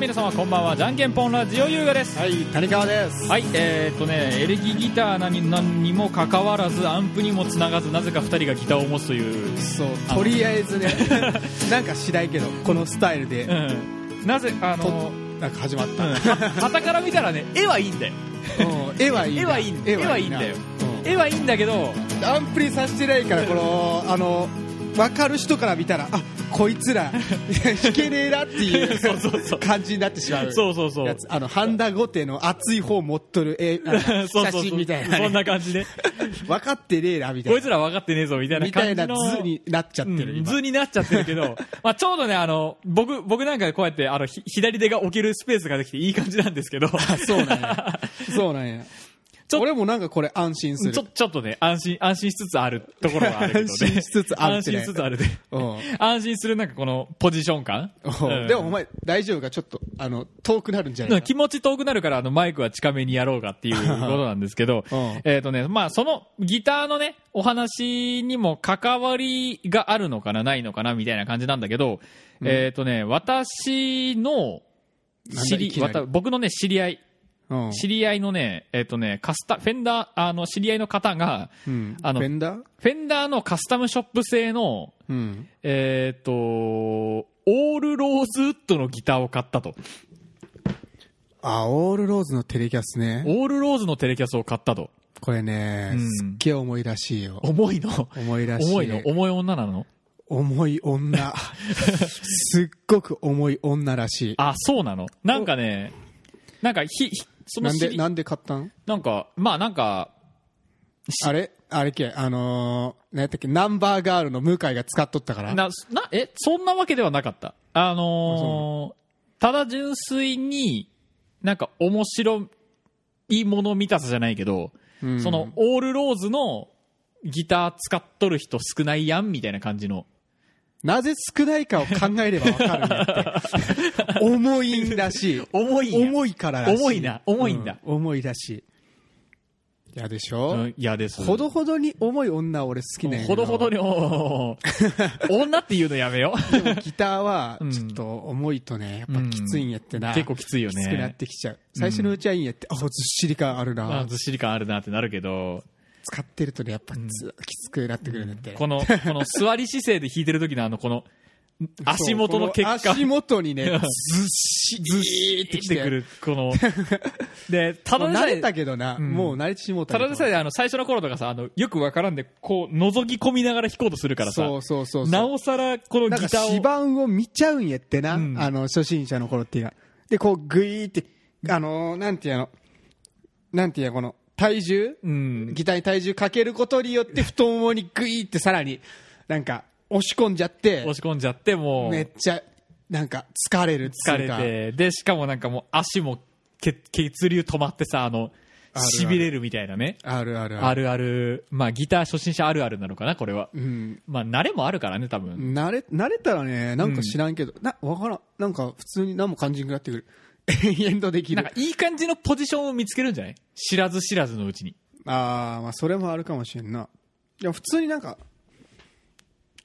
皆様こんばんはじゃんけんぽんラジオ優雅ですはい、谷川です。はいえー、っとねエレキギターなに何にもかかわらずアンプにもつながずなぜか2人がギターを持つという、そう、とりあえずね、 なんか次第けど、このスタイルで、うん、なぜあのとなんか始まった。 はたから見たらね絵はいいんだようん絵はいいな。絵はいいんだよな絵はいいん絵はいいんだけどうんアンプにさせてないから、この、あの、分かる人から見たら、あこいつら、 弾けねえなっていうそうそうそう感じになってしまう。そうそうそうやつあのハンダゴテの熱い方持っとる絵あのそうそう写そう真みたいなそねんな感じで分かってねえなみたい こないつら分かってねえぞみたいなみた感いじなの図になっちゃってる、うん今図になっちゃってるけ ど、まあちょうどね、あの、僕、僕なんかこうやって、あの、ひ左手が置けるスペースができていい感じなんですけど、あ そうなんや そうなんやちょ俺もなんかこれ安心するちょ、ちょっとね、安心、安心しつつあるところはあるけどね。安心しつつある安っ心てねしつつあるで。うん安心するなんかこのポジション感。うんでもお前大丈夫かちょっとあの遠くなるんじゃななんいかか、気持ち遠くなるから、あの、マイクは近めにやろうかっていうことなんですけどうんえっ、とね、まあ、その、ギターのね、お話にも関わりがあるのかな、ないのかな、みたいな感じなんだけど、うんえっ、とね、私の、なんだ知いり、きなわりた僕のね、知り合い、うん知り合いのね、えっ、とね、カスタ、フェンダー、あの、知り合いの方が、うんフあのェンダーフェンダーのカスタムショップ製の、うんえっ、と、オールローズウッドのギターを買ったと。あオールローズのテレキャスねオールローズのテレキャスを買ったと。これねうんすっげえ重いらしいよ重いの。重いらしい重いの重い女なの重い 女すっごく重い女らしいあ、そうなのなんかね、なんかひ、ひそのなん知でり、なんで買ったんなんか、まあなんか、あれあれけあのー何やったっけナンバーガールの向井が使っとったからな、な、え、そんなわけではなかった。あのーただ純粋に、なんか面白いもの見たさじゃないけど、うんその、オールローズのギター使っとる人少ないやんみたいな感じの。なぜ少ないかを考えればわかるんやって。重いんだし。重いんや重いかららしい。重いな重いんだう重いだし。いやでしうょん、いやです。ほどほどに重い女は俺好きなんやけほどほどに、おー 女っていうのやめよう。でもギターはうんちょっと重いとね、やっぱきついんやってな。うん結構きついよねきつくなってきちゃう。最初のうちはいいんやって、あ、ずっしり感あるまあな。ずっしり感あるなってなるけど、使ってるとね、やっぱつきつくなってくるんだって。この、この座り姿勢で弾いてる時のあの、この、足元の結そう果この足元にね、ずっし、ず っしってきてくて。る、この、で、たもだでさう慣えれ、たけどな、んもう慣れてしもうたたけどだでさえ、あの、最初の頃とかさ、あの、よくわからんで、こう、覗き込みながら弾こうとするからさ、そうそうそうそうなおさら、このなんかギター指を、板を見ちゃうんやってな、うんあの初心者の頃っていうのはでこうグイーってあのーなんていうのなんていうのこの体重、うん、ギターに体重かけることによって太ももにグイーってさらになんか押し込んじゃって押し込んじゃって、もう、めっちゃなんか疲れるっつ疲うかれて、で、しかもなんかもう足も血血流止まってさ、あの、あるある痺れるみたいなね。あるあるああるるある、まあギター初心者あるあるなのかな、これは。うんまあ慣れもあるからね、多分。慣れ慣れたらねなんか知らんけど、なわからんなんか普通に何も感じなくなってくる 延々とできなんるかいい感じのポジションを見つけるんじゃない知らず知らずのうちに。あーまあそれもあるかもしれんなでも普通になんか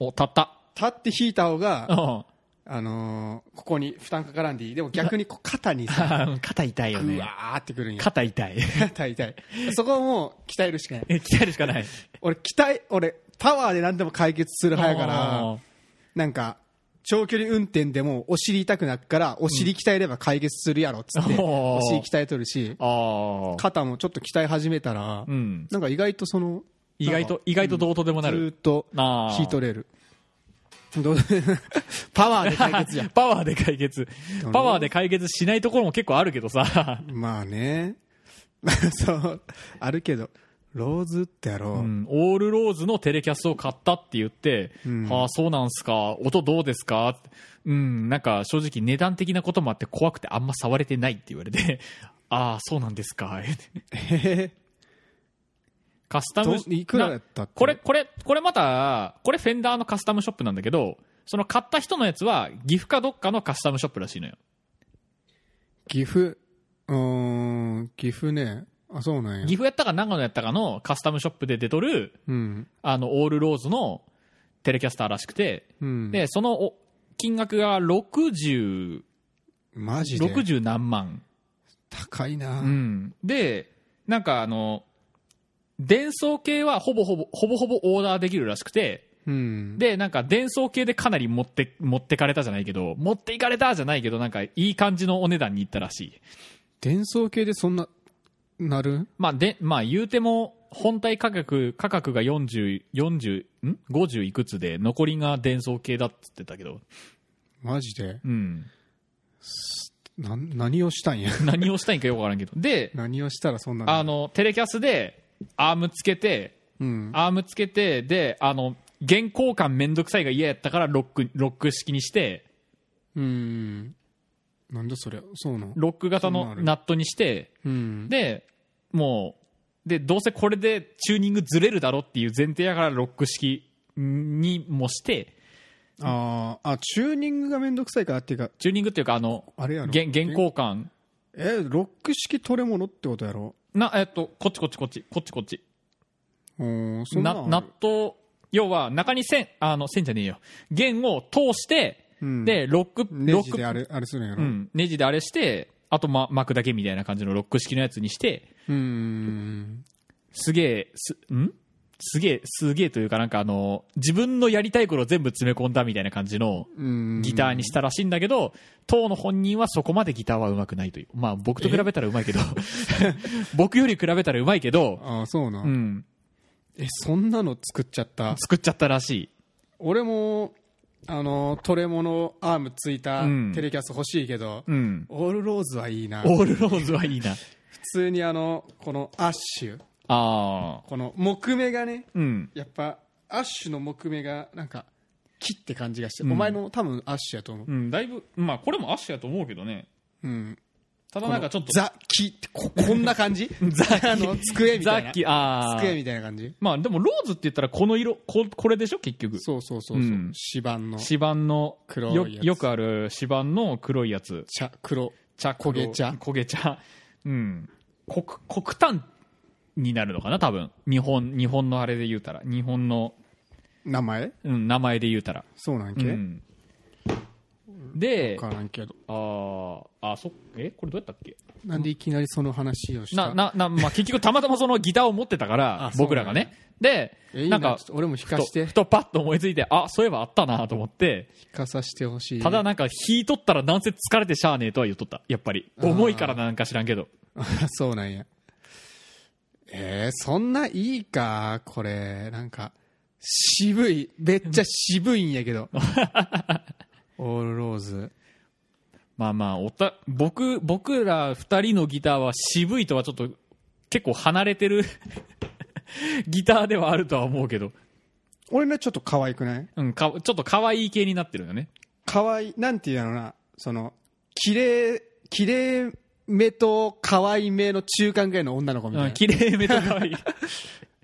お、たった。立って引いた方が、うん。 あのーここに負担かからんでいいでも逆にこう肩にさあー肩痛いようねわ。ーってくるんや肩痛い。 肩痛いそこはもう鍛えるしかないえ鍛えるしかない。俺鍛え俺パワーで何でも解決する派やかおらーなんか長距離運転でもお尻痛くなっからお尻鍛えれば解決するやろっつって、うんお尻鍛えとるしああ。肩もちょっと鍛え始めたら、うん。なんか意外とその意外と、意外とどうとでもずなーる。っとあー引いとれるどう パワーで解決じゃんパワーで解決。パワーで解決しないところも結構あるけどさ。まあね。 そう、あるけど、ローズってやろう。う ん、オールローズのテレキャスを買ったって言って、うんああ、そうなんすか、音どうですかってうん、なんか正直値段的なこともあって怖くてあんま触れてないって言われて、 ああ、そうなんですか、 言うてへカスタどム、いくらだったっなけこれ、これ、これまた、これフェンダーのカスタムショップなんだけど、その買った人のやつは岐阜かどっかのカスタムショップらしいのよ。岐阜。うーん、岐阜ね。あ、そうなんや岐。阜やったか長野やったかのカスタムショップで出とる、うん。あの、オールローズのテレキャスターらしくて、うん。で、そのお金額が60、マジで60何万。高いな、うん、でなんかあの伝送系はほぼほぼほぼほぼオーダーできるらしくてうん、でなんか伝送系でかなり持って持ってかれたじゃないけど持っていかれたじゃないけどなんかいい感じのお値段にいったらしい伝送系でそんななるまあでまあ言うても本体価格価格が4040ん50いくつで残りが伝送系だっつってたけどマジでうんなん何をしたんや 何をしたいんかよくわからんけどで何をしたらそんなあのテレキャスでアームつけてうん、アームつけてであの弦交換めんどくさいが嫌やったからロックロック式にしてうん、なんだそれそうなんロック型そんなのんあるナットにしてうんでもうでどうせこれでチューニングずれるだろっていう前提やからロック式にもしてあーあチューニングがめんどくさいからっていうかチューニングっていうかあのあれやろ弦弦交換えロック式取れ物ってことやろなえっとこっちこっちこっちこっちこっちうんそんななんあるナット要は中に線あの線じゃねえよ弦を通して、うんでロックロネッジクであれあれするんやうろん、ネジであれしてあと、ま、巻くだけみたいな感じのロック式のやつにしてうんすげえすんすげえすげえというかなんかあの自分のやりたいことを全部詰め込んだみたいな感じのうんギターにしたらしいんだけど、当の本人はそこまでギターは上手くないというまあ僕と比べたら上手いけど 僕より比べたら上手いけど、ああそうな、うん、えそんなの作っちゃった作っちゃったらしい俺もあのトレモのアームついたうんテレキャス欲しいけど、うんオールローズはいいな普オールローズはいいな通にあのこのアッシュああこの木目がねうんやっぱアッシュの木目がなんか木って感じがして、うんお前の多分アッシュやと思ううんだいぶまあこれも足やと思うけどねうんただなんかちょっとザ・木ってここんな感じ ザあの机みザたいなッキああ机みたいな感じまあでもローズって言ったらこの色ここれでしょ結局そうそうそうそう、うん指板の指板の黒よいやつよくある指板の黒いやつ茶黒茶焦げ茶黒焦げ茶うん黒黒炭になるのかな多分日本日本のあれで言うたら日本の、名前うん、名前で言うたら、そうなんうけ、ん、で分からんけどあーあそえこれどうやったっけなんでいきなりその話をしたななな、まあ、結局たまたまそのギターを持ってたか あらそう僕らがねでえいいななんかちょっと俺も弾ふかとしてふとパッと思いついてあそういえばあったなと思って弾かさせてほしいただなんか引いとったらなんせ疲れてしゃあねえとは言っとったやっぱりあー重いからなんか知らんけど そうなんやえー、そんないいかこれなんか渋いめっちゃ渋いんや けどオールローズまあまあおた僕僕ら2人のギターは渋いとはちょっと結構離れてる ギターではあるとは思うけど、俺ねちょっと可愛くないうん、かちょっと可愛い系になってるよね可愛いなんていうのなその綺麗綺麗めと可愛いめの中間ぐらいの女の子みたいうんな綺麗めと可 愛い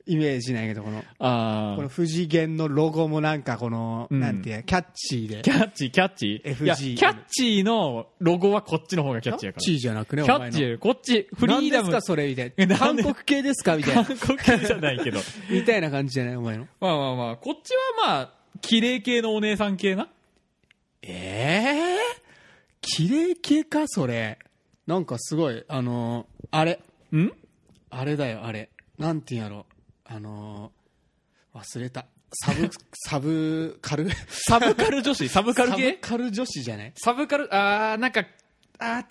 イメージなんやけどこのあこのあ不次元のロゴもなんかこの、うんなんていうのキャッチーでキャッチーキャッチー FG いやキャッチーのロゴはこっちの方がキャッチーやからチーじゃなくねキャッチーこっちフリーダ何ですムかそれみたいえななん韓で国系ですかみたい韓な国系じゃないけどみたいな感じじゃないお前の まあまあまあ、こっちはまあ、綺麗系のお姉さん系な。ええ綺麗系かそれなんかすごいあのーあれんあれだよあれなんていうんやろあのー忘れたサ ブサブカルサブカル女 子、サブカルサブ系カル女子じゃないサブカル、あー、なんか、あー、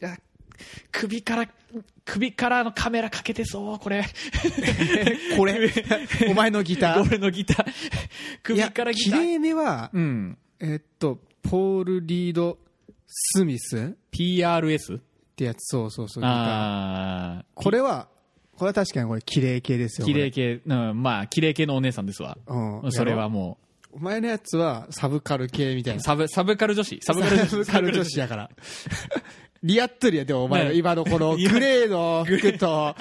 確か、首から、首からのカメラかけてそう、こ れ。これ お前のギター俺のギター。首からギタいや綺ー。麗めはうん。えっと、ポール・リード・スミスっ PRS? てやつ、そうそうそう。あー、これは、これは確かにこれ、綺麗系ですよ。綺麗系、うん、まあ、綺麗系のお姉さんですわ。これ。うん。それはやも、ろ。お前のやつは、サブカル系みたいうな。サブ、サブカル女子。サブカル女サ子。ブカル女子だから。リアットリやでもお前のね今の このいやグレーの 服と、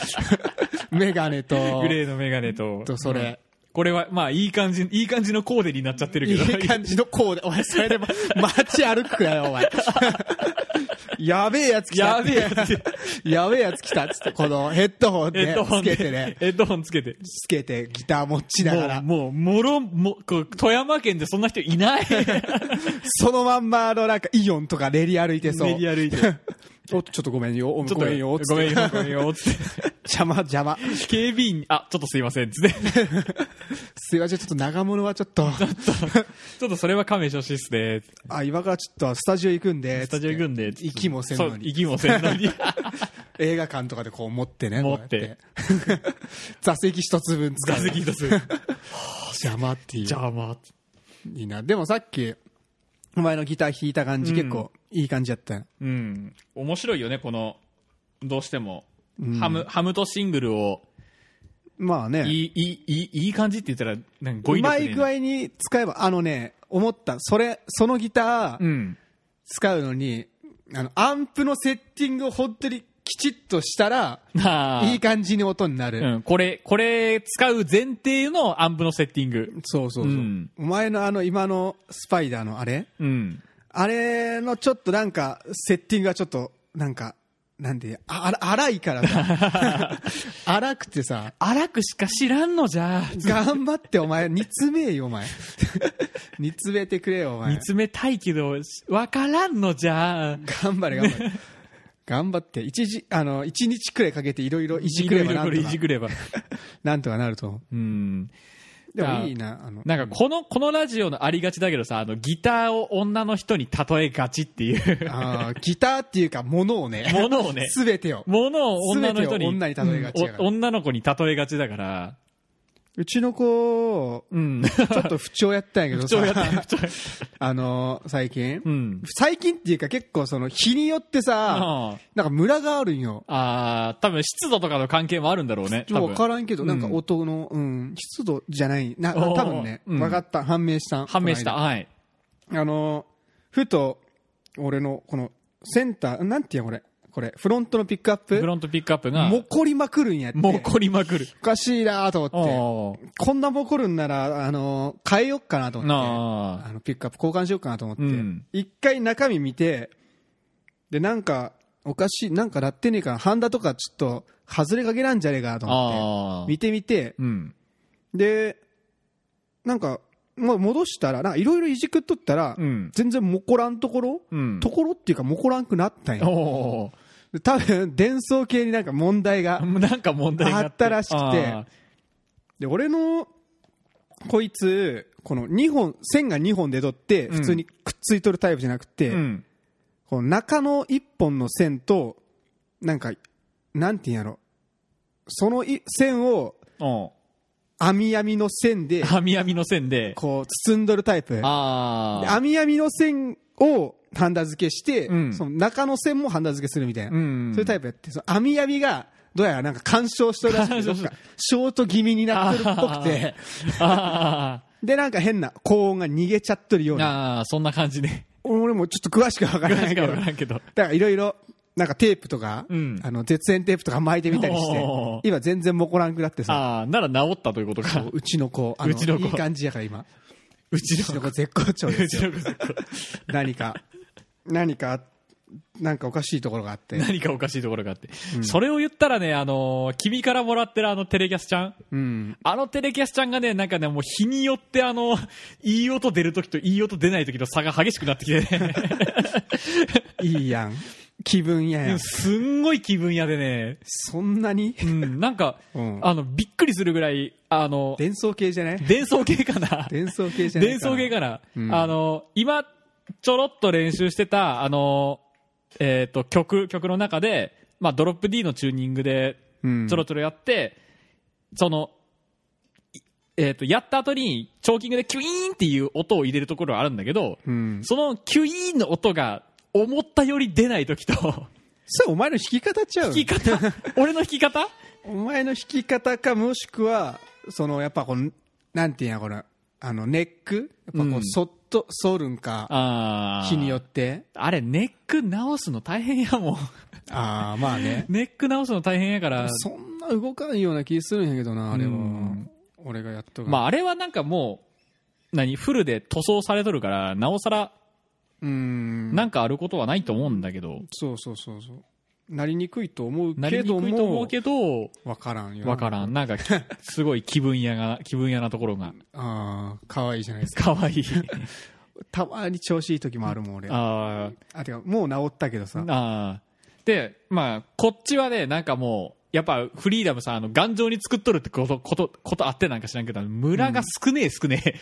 メガネとグ、レーのメガネと。とそれ。これは、まあ、いい感じ、いい感じのコーデになっちゃってる いけいど。 感じのコーデ。お前、それでも街歩くなよ、お前。やべえやつ来たやべえやつ。やべえやつ来たっつって、このヘッドホンヘッねド、ホンつでけてね、ヘッドホンつけて。つけてギター持ちながら、もう、もうもろ、も、こう富山県でそんな人い ない。そのまんまのなんかイオンとか練り歩いてそう。練り歩いてお、ちょっとごめんよ、おちょっと ごめんよ、つごっめんてよ、ごめんよ、つって。 邪魔邪魔。警備員に、あ、ちょっとすいません、つって。すいません、ちょっと長物はちょっと、ちょっとそれは勘弁してほしいっすね。あ、今からちょっとスタジオ行くんで、スタジオ行くんで。つって行きもせんそのうに行。きもせんの に。映画館とかでこう持ってね、持ってこうやって。座席一つ分使ガう。スキーとす る。邪魔っていう。邪魔。いいな。でもさっき、お前のギター弾いた感じ、結構いい感じだったよ。うん。面白いよね、この、どうしても。ハム、ハムとシングルを、まあね。いい、いい、いいいい感じって言ったら、なんか語う彙力まねい具合に使えば、あのね、思った。それ、そのギタうーん。使うのに、あの、アンプのセッティングを本当にきちっとしたら、ああいい感じに音になる。うん、これ、これ使う前提のアンプのセッティング。そうそうそう。うんお前のあの、今のスパイダーのあれうん。あれのちょっとなんか、セッティングがちょっと、なんか、なんで、あ、あら荒いか らさ。荒くてさ、荒くしか知らんのじゃ。頑張ってお前、煮詰めよ、お前。煮詰めてくれよ、煮お前。詰めたいけど、わからんのじゃ。頑張れ、頑張 れ。頑張って、一時、あの、一日くらいかけていろいろいじくればないんろいろこれといかじ、くれば。なんとかなると思うん。う。であもいいな、あの、なんかこの、このラジオのありがちだけどさ、あの、ギターを女の人に例えがちっていう。あーギターっていうか、ものをね、ものをね、すべてを。ものを女の人に。全てを女に例えがちやからうんお女の子に例えがちだから。うちの子、うん。ちょっと不調やったんやけど 不さ、調やったよ、不調やっ あの、最近た。うん。最近っていうか結構その日によってさ、あなんかムラがあるんよ。あー、多分湿度とかの関係もあるんだろうね。ちょっと多わ分からんけど、うんなんか音の、うん、湿度じゃない。な、おー多分ね、うんわかった、判明した。判明した。こはい。の間。あの、ふと、俺のこのセンター、なんていうのこれ、これ、フロントのピックアッフプ、ロントピックアップが、もこりまくるんやって。もうこりまくる。おかしいなと思っおて、こんなもこるんなら、あの、変えよっかなと思って。なあ。あのピックアップ交換しようかなと思って、うん一回中身見てでなんかおかしいなんかなってねえかなハンダとかちょっと外れかけなんじゃねえかなと思っああて。見てみてうん。でなんかもう戻したらいろいろいじくっとったら、うん。全然もこらんところ、うん。ところっていうかもこらんくなったおんやおで多分 伝送系になんか問題がー。なんか問題があってあったらしくてあで俺のこいつこの2本線が2本で取ってうん普通にくっついとるタイプじゃなくて、ーうん。この中の一本の線となんかなんていうんやろそのい線をおう網網の線ではみやみの線で。こう包んどるタイプでああ。網網の線をハンダ付けして、うんその中の線もハンダ付けするみたいな、うん。そういうタイプやってその網網がどうやらなんか干渉しとるらしく干て渉どっしかショート気味になってるっぽくてあでなんか変な高音が逃げちゃっとるよーうなあー、そんな感じね。俺もちょっと詳しくは分からな確いけかどわからんけど。だからいろいろ、なんかテープとか、うんあの、絶縁テープとか巻いてみたりしておー、今全然もこらんくなってさ、ああ、なら治ったということか。うちの子、あのうちの子いい感じやから今。うちうちのの子絶好調うですちよ。の子。何か、何か、なんかおかしいところがあって。何かおかしいところがあって。それを言ったらね、あのー、君からもらってるあのテレキャスちゃん。うん。あのテレキャスちゃんがね、なんかね、もう日によってあの、いい音出るときといい音出ないときの差が激しくなってきてね。いいやん。気分ややん。すんごい気分屋でね、そんなにうん、なんか、うんあの、びっくりするぐらい、あの、伝送系じゃない伝送系かな伝送系じゃない伝送系かな、うんあの、今、ちょろっと練習してた、あの、えっ、と、曲、曲の中で、まあ、ドロップ D のチューニングで、うんちょろちょろやって、その、いえっ、と、やった後に、チョーキングでキュイーンっていう音を入れるところはあるんだけど、うん。そのキュイーンの音が、思ったより出ない時と、それお前の弾き方ちゃ弾うき 方、俺の弾き方お前の弾き方かもしくはそのやっぱこのなんていうんやこれあのネックやっぱこうんうそっと反るんかああ。日によってあれ、ネック直すの大変やもん。ああま あねネック直すの大変やから。そんな動かんような気するんやけどなあれうはん俺がやっとくまあ、あれはなんかもう、何、フルで塗装されとるから、なおさら、うんなんかあることはないと思うんだけど、そうそうそうそうなりにくいと思うなりけにどくいと思うもけど、わからんよわからん。なんか、き すごい気分屋が、気分屋なところが、ああ可愛いじゃないですかかわいい。たまに調子いい時もあるもん俺ああてかもう治ったけどーさあー。で、まあ、こっちはね、なんかもう、やっぱフリーダムさん、あの、頑丈に作っとるってこと、こと、ことあってなんか知らんけど、村が少ねえ少ねえ。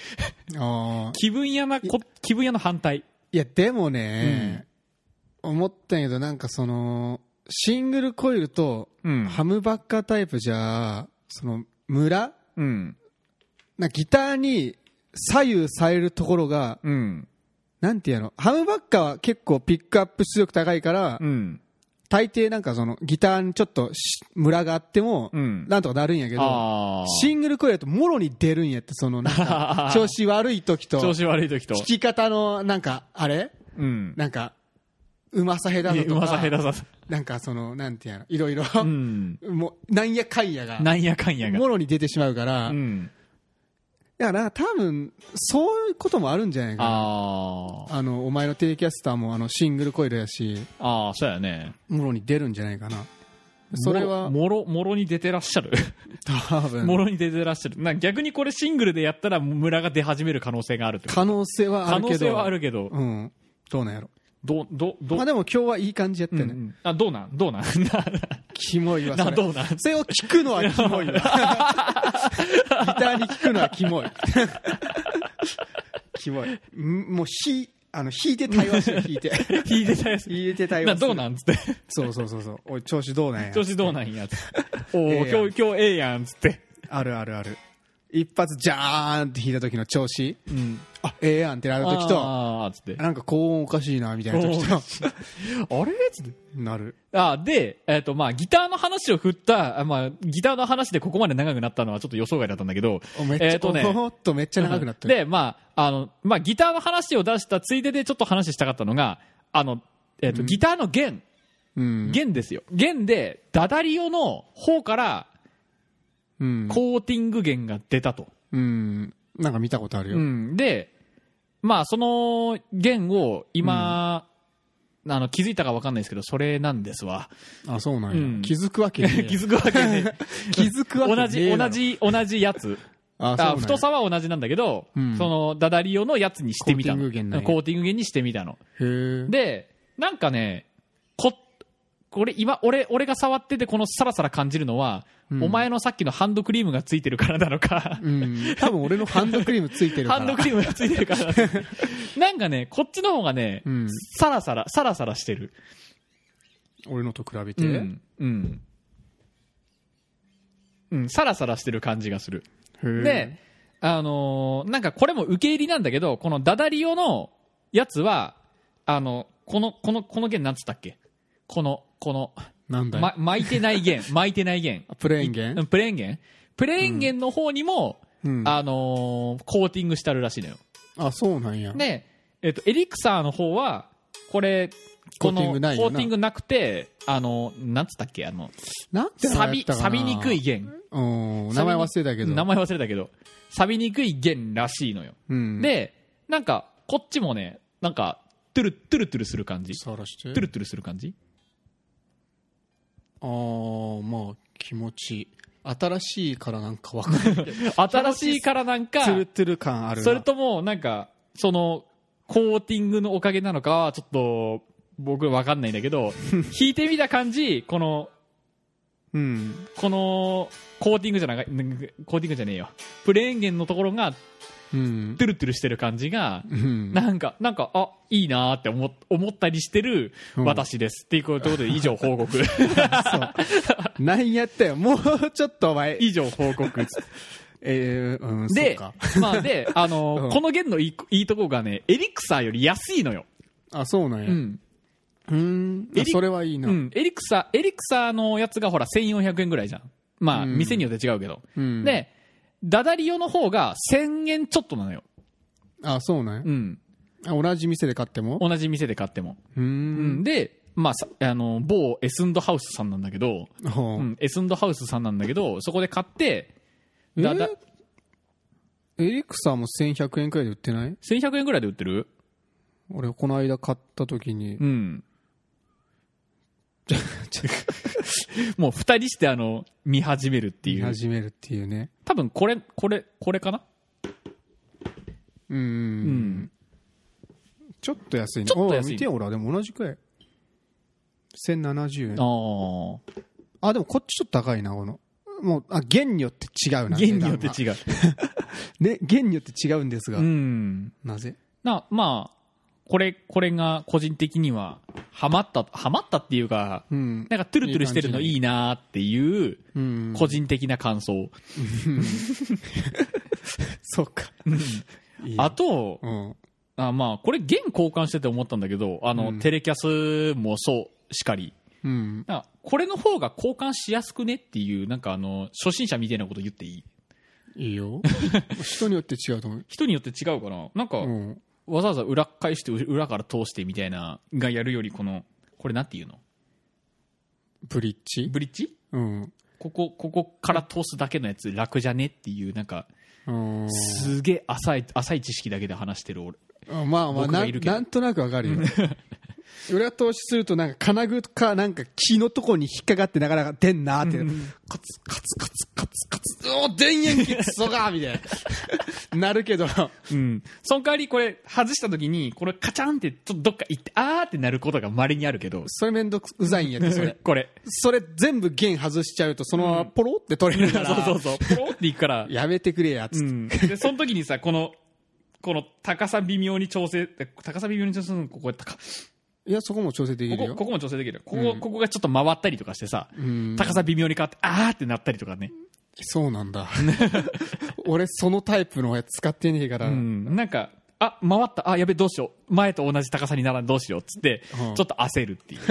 あー気分屋なこ、気分屋の反対。いやでもね、思ったんやけどなんかそのシングルコイルとうんハムバッカータイプじゃその村うん。なんかギターに左右されるところが、うん。なんていうのハムバッカーは結構ピックアップ出力高いから、うん。大抵なんかそのギターにちょっとしムラがあっても、うん。なんとかなるんやけど、ああ。シングルコイルだともろに出るんやって、そのな んか調子悪い時と、調弾子悪い時と。き方のなんか、あれうん。なんか、うまさ下手だいやうとまさ下か、手さ。なんかその、なんていうの、いろいろ、うん。もう、なんやかんやが、なんやかんやが。もろに出てしまうから、うん。だから多分、そういうこともあるんじゃないかな。ああ。あのお前のテレキャスターもあのシングルコイルやしああ、そうやね。もろに出るんじゃないかなそれはもろ、もろもろに出てらっしゃる。多分もろに出てらっしゃる。な逆にこれシングルでやったらムラが出始める可能性があるってこと可能性はあ可る能けど性はあるけど、うんどうなんやろどう、どう、どうまあ、でも今日はいい感じやったうよんうね、んあ、どうなんどうなん キモいわなそな、れどうなんそれを聞くのはキ モいわギターに聞くのはキモい キモいんもうひあの弾いて対話して弾 いて聞いてたやつ。弾いて対な話するどうなんつって。そうそうそうそうおい調子どうなんや調子どうなんやつって。おええー、やん今日、今日ええやんつって。あるあるある一発ジャーンって弾いた時の調子うん。あええやんってなる時とあーつって。なんか高音おかしいなみたいな時おとあれつって。 なるあで、えっ、と、まあ、ギターの話を振った、あまあ、ギターの話でここまで長くなったのはちょっと予想外だったんだけど、おめっちゃ、えーとねおーっとめっちゃ長くなったねで、まあ、あの、まあ、ギターの話を出したついででちょっと話したかったのが、あの、えっ、と、ギターの弦、うん弦ですよ。弦で、ダダリオの方からうんコーティング弦が出たと。うんなんか見たことあるよ、うんで、まあ、その弦を今、あの、気づいたかわかんないですけど、それなんですわ。あそうなんや、うん気づくわけ 気ねえ やづくわけね。気づくわけね同えじ、だろ同じ、同じやつ。あそうなんあや太さは同じなんだけど、うんそのダダリオのやつにしてみたのコーティング弦なんやコーティング弦にしてみたのへえでなんかねここれ今俺俺が触っててこのサラサラ感じるのは、うんお前のさっきのハンドクリームがついてるからなのかうん 多分俺のハンドクリームついてるかハらンドクリームがついてるから なんかねこっちの方がね、うんサラサラサラサラしてる俺のと比べうて、んうん、うん、サラサラしてる感じがするへえで、あのーなんかこれも受け入りなんだけど、このダダリオのやつは、あの、この、この、この弦なんつったっけこの、この、なんだよ、ま、巻いてない 弦、巻いてない弦。プレーン弦プレーン弦プレーン弦の方にも、うんああのーコーティングしてあるらしいのよ。そうなんや、で、えっ、と、エリクサーの方は、これ、このコーティングないよなコーティングなくて、あの、なんつったっけあの、なんて名錆前やっび、たかな錆びにくい弦。うん名前忘れたけど名前忘れたけど、錆びにくい弦らしいのよ。うんで、なんか、こっちもね、なんか、トゥル、トゥルトゥルする感じ。トさらしてゥルトゥルする感じああまあ気持ちいい新しいからなんかわかんない新しいからなんかツ、ルツル感あるなそれとも、なんか、その、コーティングのおかげなのかは、ちょっと、僕わかんないんだけ ど、弾いてみた感じ、この、うんこの、コーティングじゃない、コーティングじゃねえよ。プレーン弦のところが、うんトゥルトゥルしてる感じが、うんなんか、なんか、あ、いいなーって思っ思ったりしてるうん私です。っていうことで、以上報 告。そうなんやったよもうちょっとお前以上報告。えーうんそうでか、まあで、あのー うんこの弦のいいいいとこがね、エリクサーより安いのよ。あそうなんやううんん。ーんあそれはいいなエリクサー、エリクサーのやつがほら1400円ぐらいじゃん。まあ、うん店によって違うけど。うんで、ダダリオの方が1000円ちょっとなのよ。あそうなんうやん。あ同じ店で買っても同じ店で買っても。うーうんん。で、まあ、さあのー、某エスンドハウスさんなんだけど、ほう、うんエスンドハウスさんなんだけど、そこで買って、えだだーエリクサーも1100円くらいで売ってない1100円ぐらいで売ってる俺この間買った時にうん。もう二人してあの、見始めるってい見う。始めるっていうね多分これ、これ、これかなうん、うん。ちょっと安いねちょっと安いおう見てよほらでも同じくらい1070円ああ。あでもこっちちょっと高いなこのもうあ弦によって違うな弦によってう違う。ね弦によって違うんですが、うん。なぜな、まあ、これ、これが個人的には、ハマった、ハマったっていうか、うんなんかトゥルトゥルしてるのいいなーっていう、うん個人的な感想。そうかいいよあと、うんあまあ、これ弦交換してて思ったんだけど、あの、うんテレキャスもそう、しかり。うんなんかこれの方が交換しやすくねっていう、なんかあの、初心者みたいなこと言っていいいいよ 人によって違うと思う人によって違うかななんか、うんわざわざ裏返して、う裏から通してみたいな、がやるより、この、これなんていうのブリッジブリッジうんここ、ここから通すだけのやつ楽じゃねっていう、なんか、うんすげえ浅い、浅い知識だけで話してる俺。まあまあ僕がないんるけどなんとなくわかるよ 裏通しするとなんか金具かなんか木のとこに引っかかってなかなか出んなーって、カツカツカツカツカツおー電源機クソがーみたいな なるけどうん。その代わり、これ、外した時に、これ、カチャンって、ちょっとどっか行って、あーってなることが稀にあるけど、それめんどくうざいんやってそれこれ。それ全部弦外しちゃうとそのままポロって取れ るそかうら、そうそう。ポロって行くから、やめてくれやつって、 うん。で、その時にさ、この、この高さ微妙に調整、高さ微妙に調整するの、ここやったか、いやそこも調整できこるよこ、ここも調整できる。ここ、ここがちょっと回ったりとかしてさ、うん高さ微妙に変わって、あーってなったりとかね。そうなんだ 俺そのタイプのやつ使ってねえから、うん、なんか、あ回った、あやべ、どうしよう、前と同じ高さにならん、どうしようっつって、うんちょっと焦るっていう。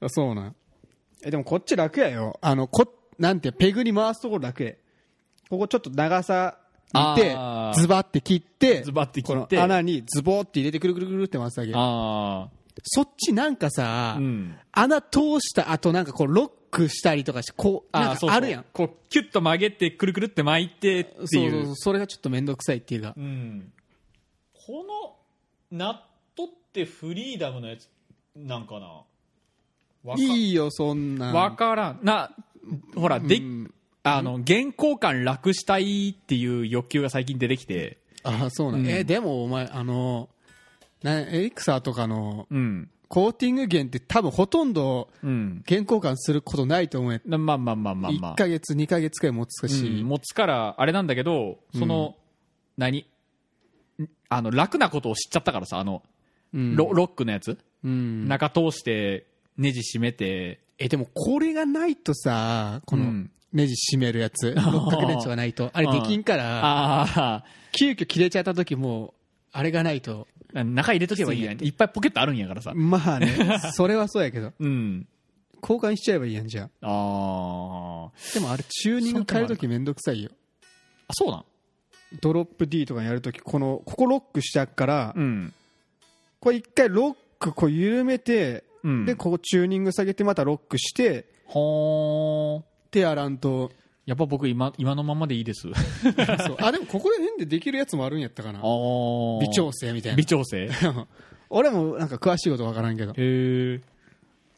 あそうなんえでもこっち楽やよあのこなんてペグに回すところ楽やここちょっと長さ見てあーズバって切ってズバって切ってこの穴にズボーって入れてくるくるくるって回すだけあそっちなんかさ、うん穴通した後なんかこうロックしたりとかしてこうあー、なんかあるやんこう、キュッと曲げて、くるくるって巻いてっていう。そうそうそうそれがちょっと面倒くさいっていうかうん、この、ナットってフリーダムのやつなんかな。わかいいよそんなんわからん。な、ほら、で、あの、原交換楽したいっていう欲求が最近出てきて、あそうなん、うんえでもお前あのなエリクサーとかのうん。コーティング源って多分ほとんどうん。原交換することないと思え、なまあまあまあまあまあ。 1ヶ月2ヶ月くらい持つし、うん持つからあれなんだけどその、何んあの楽なことを知っちゃったからさあの、うんロロックのやつ、うん中通してネジ締めてえでもこれがないとさこうのんネジ締めるや つ六角ネジがないとあれできんからあ急遽切れちゃった時もあれがないとあ 中入れとけばいいやんいっぱいポケットあるんやからさまあね それはそうやけどうん交換しちゃえばいいやんじゃああーでもあれチューニング変える時めんどくさいよあそうなんドロップ D とかやるときこのここロックしちゃうから、うんこれ一回ロックこう緩めて、うんでここチューニング下げてまたロックしてほー手洗わんとやっぱ僕今今のままでいいですそうあでもここら辺でできるやつもあるんやったかなー微調整みたい微調整な俺もなんか詳しいことわからんけど へ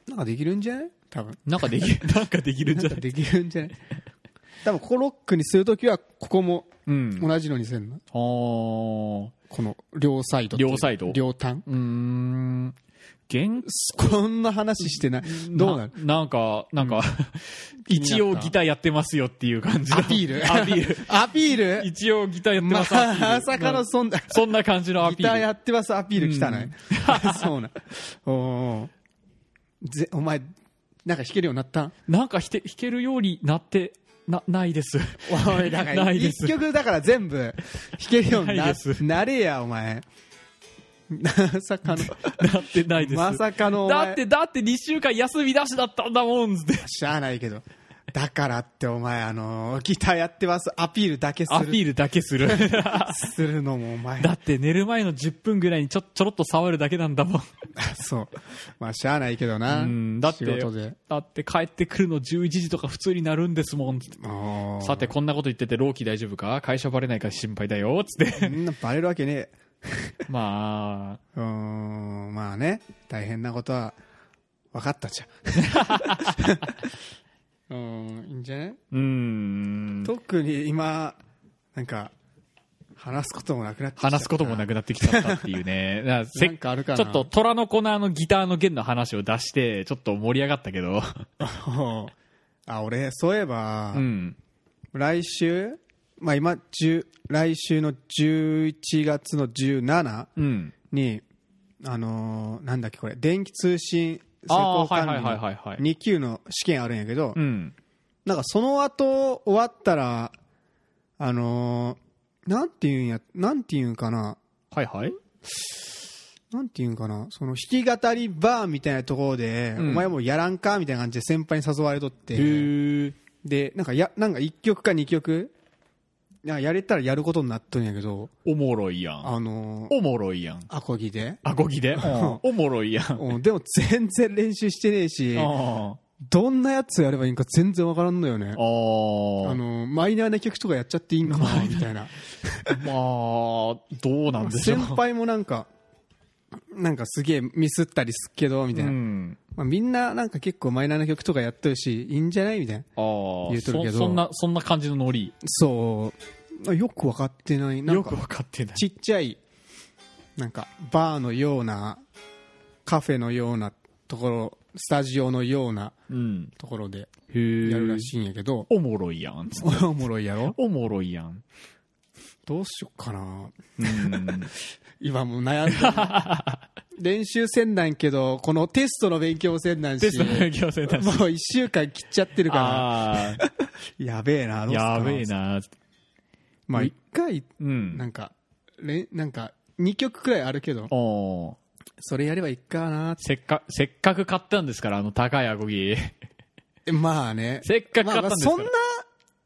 えなんかできるんじゃない多分なんかできるなんかできるんじ なゃんなかいできるんじゃない多分ここロックにするときはここもうん同じのにせんの、あーこの両サイドっていう両サイド両端うーん原こんな話してないどうなるなんか、なんか、 一応ギターやってますよっていう感じのアピー ルアピール。 アピール一応ギターやってまますアピールさかのそんな、そんな感じのアギピターール。やってますアピール来たね。 そうなん。おーぜお前、なんか弾けるようになったんなんか弾け弾けるようになって、な、ないです。おい、だか ら、ないです一曲だから全部弾けるようにないなですなれや、お前。 まさかの、なってないです。まさかのお前、だって、だって2週間休み出しだったんだもんって。しゃあないけど。だからってお前、あのーギターやってますアピールだけすアピるールだけする。 するのもお前だって寝る前の10分ぐらいにちょ、ちょろっと触るだけなんだもん。そうまあしゃあないけどなうんだって仕事でだって帰ってくるの11時とか普通になるんですもんって。あーさて、 こんなこと言ってて、老期大丈夫か会社バレないか心配だよ、つっそて。んなバレるわけねえまうーん、まあね、大変なことは分かったじ ゃん。うーん、いいんじゃないあ、うん。特に今、なんか、話すこともなくなってきちゃった話すこともなくなってきちゃったっていう ね。だからせっなんかあるかなちょっと虎の粉のギターの弦の話を出して、ちょっと盛り上がったけど。 あ、俺、 そういえば、うん。来週、まあ今、10来週の11月の17うん。に、あのーなんだっけこれ、電気通信施あ工あー、はいはい管理はいはのいはい。 2級の試験あるんやけど、うん。なんかその後終わったら、あのーなんていうんや、なんていうんかな、はいはい。なんていうんかな、その弾き語りバーみたいなところで、うんお前もうやらんかみたいな感じで先輩に誘われとっへて、ーで、なんかや、なんか1曲か2曲、なんかやれたらやることになっとんやけど、おもろいやん。あのーおもろいやん。アコギで。アコギで。んおもろいやん。うんでも全然練習してねえし、あどんなやつやればいいんか全然わからんのよねあ。ー。あの、マイナーな曲とかやっちゃっていいんかなみたいな。まあ、どうなんでしょ先う。輩もなんか、なんかすげえミスったりすっけど、みたいうな。ん。まあ、みんななんか結構マイナーな曲とかやってるし、いいんじゃないみたいな。ああ、言うとるけどそそんな、そんな感じのノリ。そう。よくわかってない。なんよくかわ、かってない。ちっちゃい、なんか、バーのような、カフェのようなところ、スタジオのようなうん。ところでへえ。やるらしいんやけど、おもろいやん。おもろいやろおもろいやん。どうしよっかなうん。 今もう悩ん でる練習せんなんけどこのテストの勉強もせんなんしテストの勉強生だし。もう1週間切っちゃってるかあらやべえなあ、どうすっかやべえな。まあ1回うん。なんかれんなんか2曲くらいあるけどおーそれやればいいかなってせっか、せっかく買ったんですから、あの高いアコギ。 えまあねせっかくま買あったまんであすそかんなら。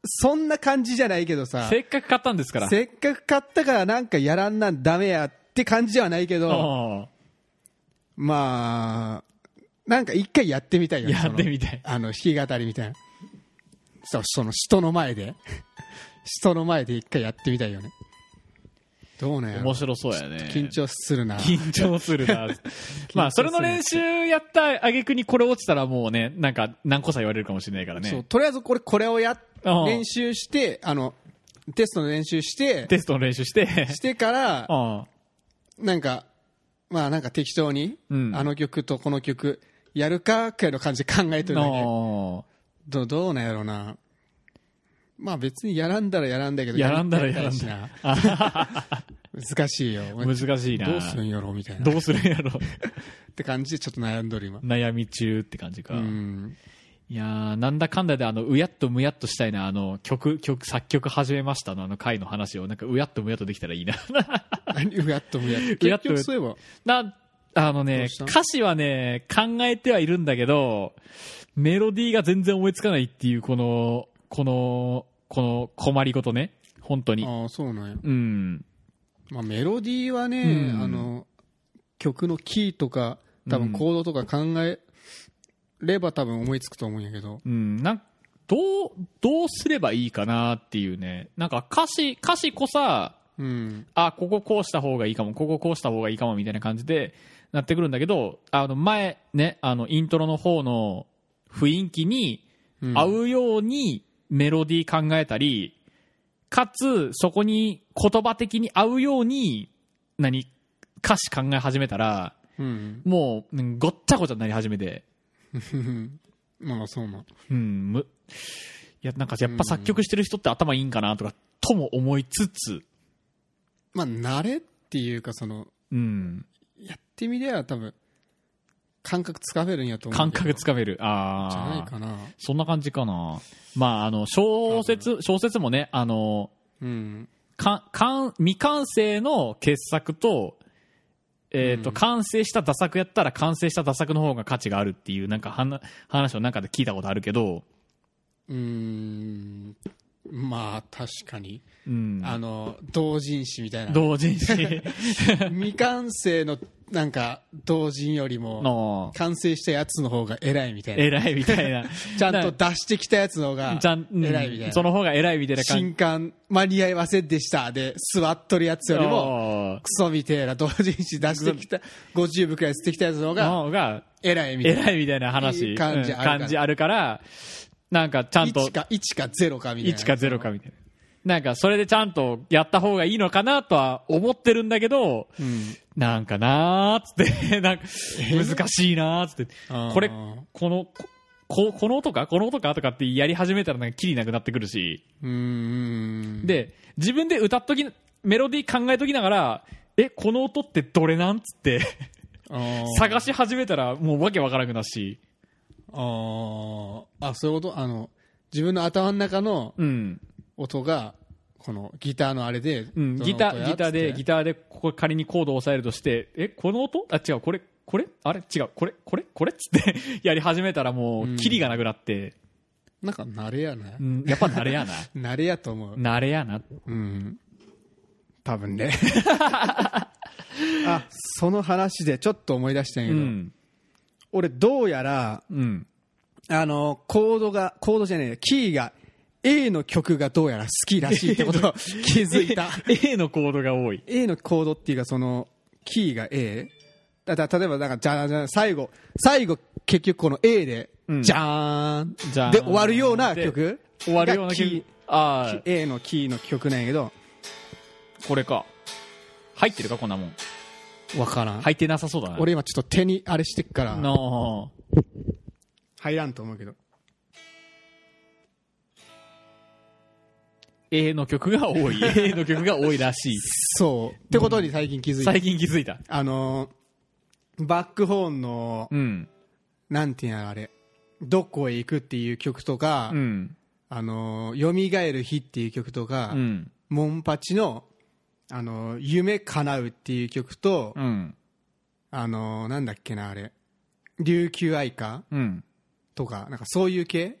そんな感じじゃないけどさせっかく買ったんですから。せっかく買ったからなんかやらんなんダメやって感じではないけどおーまあなんか一回やってみたいよねやってみたい。あの弾き語りみたいなそうその人の前で人の前で一回やってみたいよねどうね面白そうやね。緊張するな緊張する な。まあ、それの練習やった挙句にこれ落ちたらもうね、なんか何個さ言われるかもしれないからそうね。とりあえずこれこれをやうん練習してあのテストの練習してテストの練習して。してからあなんかまあなんか適当に、うんあの曲とこの曲やるかくらいの感じで考えてるだけあ。どどうなんやろうなまあ別にやらんだらやらんだけどやらんだらやらんりだたいしな難しいよ 難しいな。どうするんやろみたいなっどうするんやろ。て感じでちょっと悩んどる今悩み中って感じか。うんいやーなんだかんだであのうやっとむやっとしたいなあの曲曲作曲始めましたのあの回の話をなんかうやっとむやっとできたらいいな何うやっともやっうとやっ結と局そういえばなあのどねうした歌詞はね考えてはいるんだけどメロディーが全然思いつかないっていうこのこのこの困りごとね本当にああそうなんや、うんまあ、メロディーはね、うんあの曲のキーとか多うん分コードとか考えれば多分思いつくと思うんやけど、うんなんどうどうすればいいかなっていうねなんか歌詞歌詞こさうん、あこここうした方がいいかもこここうした方がいいかもみたいな感じでなってくるんだけどあの前ねあのイントロの方の雰囲気にうん合うようにメロディー考えたり、かつそこに言葉的に合うように何歌詞考え始めたらうん、もううんごっちゃごちゃになり始めてまあそうなんうんむいやなんかやっぱ作曲してる人って頭いいんかなとかとも思いつつまあ慣れっていうかそのうんやってみりゃ多分感覚つかめるんやと思う感けど覚つかめるああじゃないかなそんな感じかな。まあ、あの、小説、小説もね、あの、うんか、かん、未完成の傑作と、えっ、と、うん完成した打作やったら完成した打作の方が価値があるっていう、なんかはな、話をなんかで聞いたことあるけど、うーんまあ確かに、うん。あの同人誌みたい な同人誌。未完成のなんか同人よりもの完成したやつの方が偉いみたいな偉いみたいな ちゃんと出してきたやつの方 がちゃん、うん偉いみたいなその方が偉いみたいな感新刊間に合いませんでしたで座っとるやじつよりももクソみてえな同人誌出してきた50部くらい吸ってきたやつの方がの方が偉いみたいな偉いみたいな話いい感じうんあるから感じあるからなんかちゃんと1か1か0かみたいな1か0かみたいな。なんか、それでちゃんとやった方がいいのかなとは思ってるんだけど、んなんかなーっつって、 なんか、難しいなーっつって、あーこれ、この、ここの音かこの音かとかってやり始めたらなんかキリなくなってくるし、うーんで、自分で歌っとき、メロディー考えときながら、え、この音ってどれなんつって、あー探し始めたらもうわけわからなくなるし、あーあそういうことあの自分の頭の中のうん。音がこのギターのあれで、うん、ギター、ギターで、ギタターで、ここ仮にコードを押さえるとして、え、この音あ、違う、これ、これあれ違う、これ、これこれっつって、 やり始めたらもう、キリがなくなって、ーなんか慣れやな、うん、やっぱ慣れやな。 慣れやと思う慣れやな。うん多 分ねあその話でちょっと思い出したんやうけど、ん。俺どうやらうん。あのコードがコードじゃねえやキーが A の曲がどうやら好きらしいって ことを気づいた A のコードが多い。 A のコードっていうかそのキーが A だだ例えばなんかじゃあじゃあ最後最後結局この A で、うんじゃーんじゃーんで終わるような曲終わるようながキ曲ー。ああ、 A のキーの曲なんやけどこれか。入ってるかこんなもん。わからん、入ってなさそうだな。俺今ちょっと手にあれしてっからの、入らんと思うけど A の曲が 多い。A の曲が多いらしい。そうってことに最近気づいた、最近気づいた。あのーバックホーンの、うん。なんていうんやろあれ「どこへ行く」っていう曲とか「うん。あのー蘇る日」っていう曲とか、うん。モンパチの「あのー夢叶う」っていう曲と、うん。あのーなんだっけなあれ「琉球愛歌うん。」とかなんかそういう系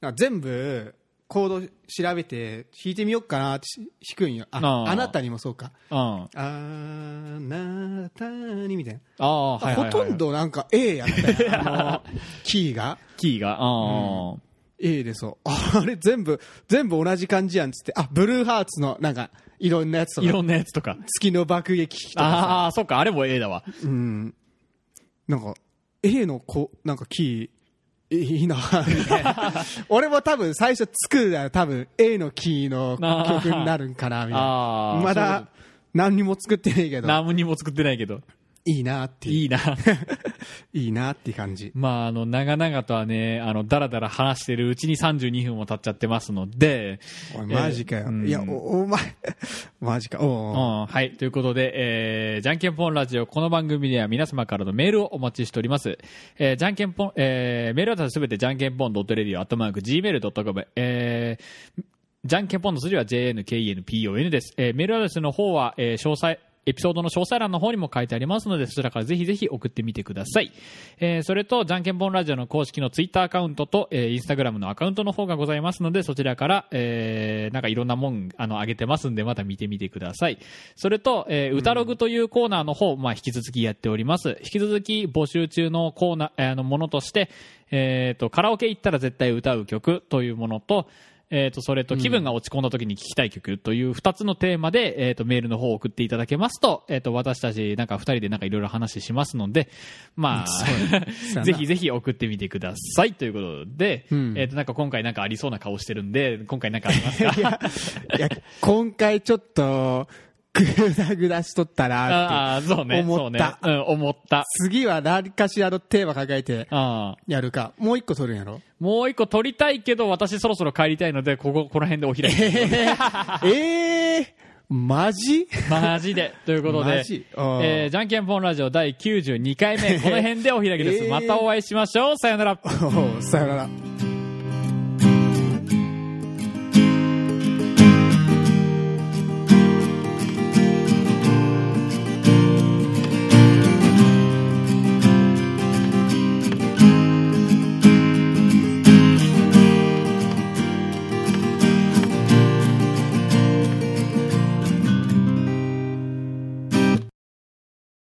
なんか全部コード調べて弾いてみようかなってし弾くんよああーあなたにもそうかうん。ああなたにみたいなあ、はいはいはい。ほとんどなんか A やったよ、あのキ ーがキーが、ああ、 A でそうあれ全部全部同じ感じやんっつってあブルーハーツのなんかいろんなやつといかろんなやつとか。月の爆撃機とかああ、そっか、あれも A だわ。さうんなんか A のこなんかキーいいなみた いな俺も多分最初作るなら多分 A のキーの曲になるんかなみたいなああ、まだ何にも作ってねえけそう、ど何にも作ってないけど、いいなっていういいな。 いいなっていう感じまあ、あの、長々とはね、あの、だらだら話してるうちに32分も経っちゃってますので、おいマジかよ、えーうんいやおお前 マジかおうおううん、はい。ということで、えー、じゃんけんぽんラジオ、この番組では皆様からのメールをお待ちしております。えー、じゃんけんぽん、えー、メールアドレスすべてじゃんけんぽん .radio.gmail.com、えー、じゃんけんぽんの筋は jnkenpon です。えー、メールアドレスの方は、えー、詳細、エピソードの詳細欄の方にも書いてありますので、そちらからぜひぜひ送ってみてください。えーそれと、じゃんけんぽんラジオの公式のツイッターアカウントと、えーインスタグラムのアカウントの方がございますので、そちらから、えーなんかいろんなもん、あの、上げてますんで、また見てみてください。それと、えー歌ログというコーナーの方、まあ、引き続きやっております。引き続き募集中のコーナー、えーあの、ものとして、えっ、と、カラオケ行ったら絶対歌う曲というものと、えー、とそれと気分が落ち込んだ時に聞きたい曲という2つのテーマで、えー、とメールの方を送っていただけますと,、えー、と私たちなんか2人でなんかいろいろ話しますので、まうやあ、なぜひぜひ送ってみてくださいということで、んえー、となんか今回なんかありそうな顔してるんで今回なんかありますかいや今回ちょっとグダグダしとったなって ああそうね思ったそうね、うん、思った次は何かしらのテーマ考えてあーやるかもう一個取るんや ろもう一個撮りたいけど私そろそろ帰りたいのでこここの辺でお開き ええマジ マジでということでマジうんえーじゃんけんぽんラジオ第92回目この辺でお開きです、 えーまたお会いしましょうさよならおうさよなら